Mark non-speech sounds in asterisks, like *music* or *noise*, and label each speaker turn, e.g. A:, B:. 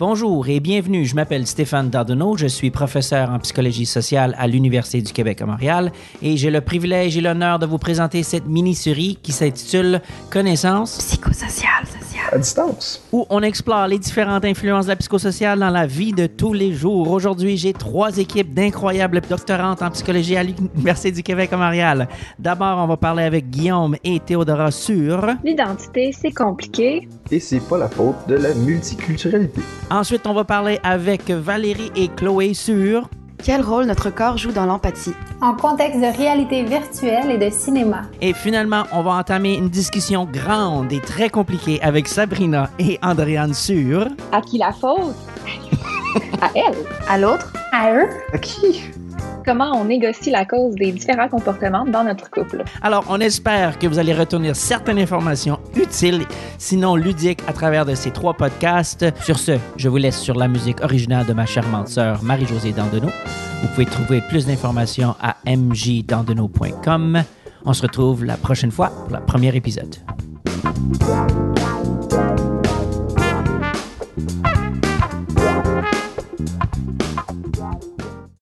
A: Bonjour et bienvenue. Je m'appelle Stéphane Dardenot. Je suis professeur en psychologie sociale à l'Université du Québec à Montréal et j'ai le privilège et l'honneur de vous présenter cette mini-série qui s'intitule Connaissance
B: psychosociale
C: à distance.
A: où on explore les différentes influences de la psychosociale dans la vie de tous les jours. Aujourd'hui, j'ai trois équipes d'incroyables doctorantes en psychologie à l'Université du Québec à Montréal. D'abord, on va parler avec Guillaume et Théodora sur.
B: L'identité, c'est compliqué.
C: Et c'est pas la faute de la multiculturalité.
A: Ensuite, on va parler avec Valérie et Chloé sur.
D: Quel rôle notre corps joue dans l'empathie?
E: en contexte de réalité virtuelle et de cinéma.
A: Et finalement, on va entamer une discussion grande et très compliquée avec Sabrina et Andréane sur.
B: À qui la faute? *laughs* à elle.
D: À l'autre,
E: À eux,
C: À qui?
B: Comment on négocie la cause des différents comportements dans notre couple?
A: Alors, on espère que vous allez retenir certaines informations utiles, sinon ludiques, à travers de ces trois podcasts. Sur ce, je vous laisse sur la musique originale de ma charmante sœur Marie-Josée Dandenot. Vous pouvez trouver plus d'informations à mjdandenot.com. On se retrouve la prochaine fois pour le premier épisode.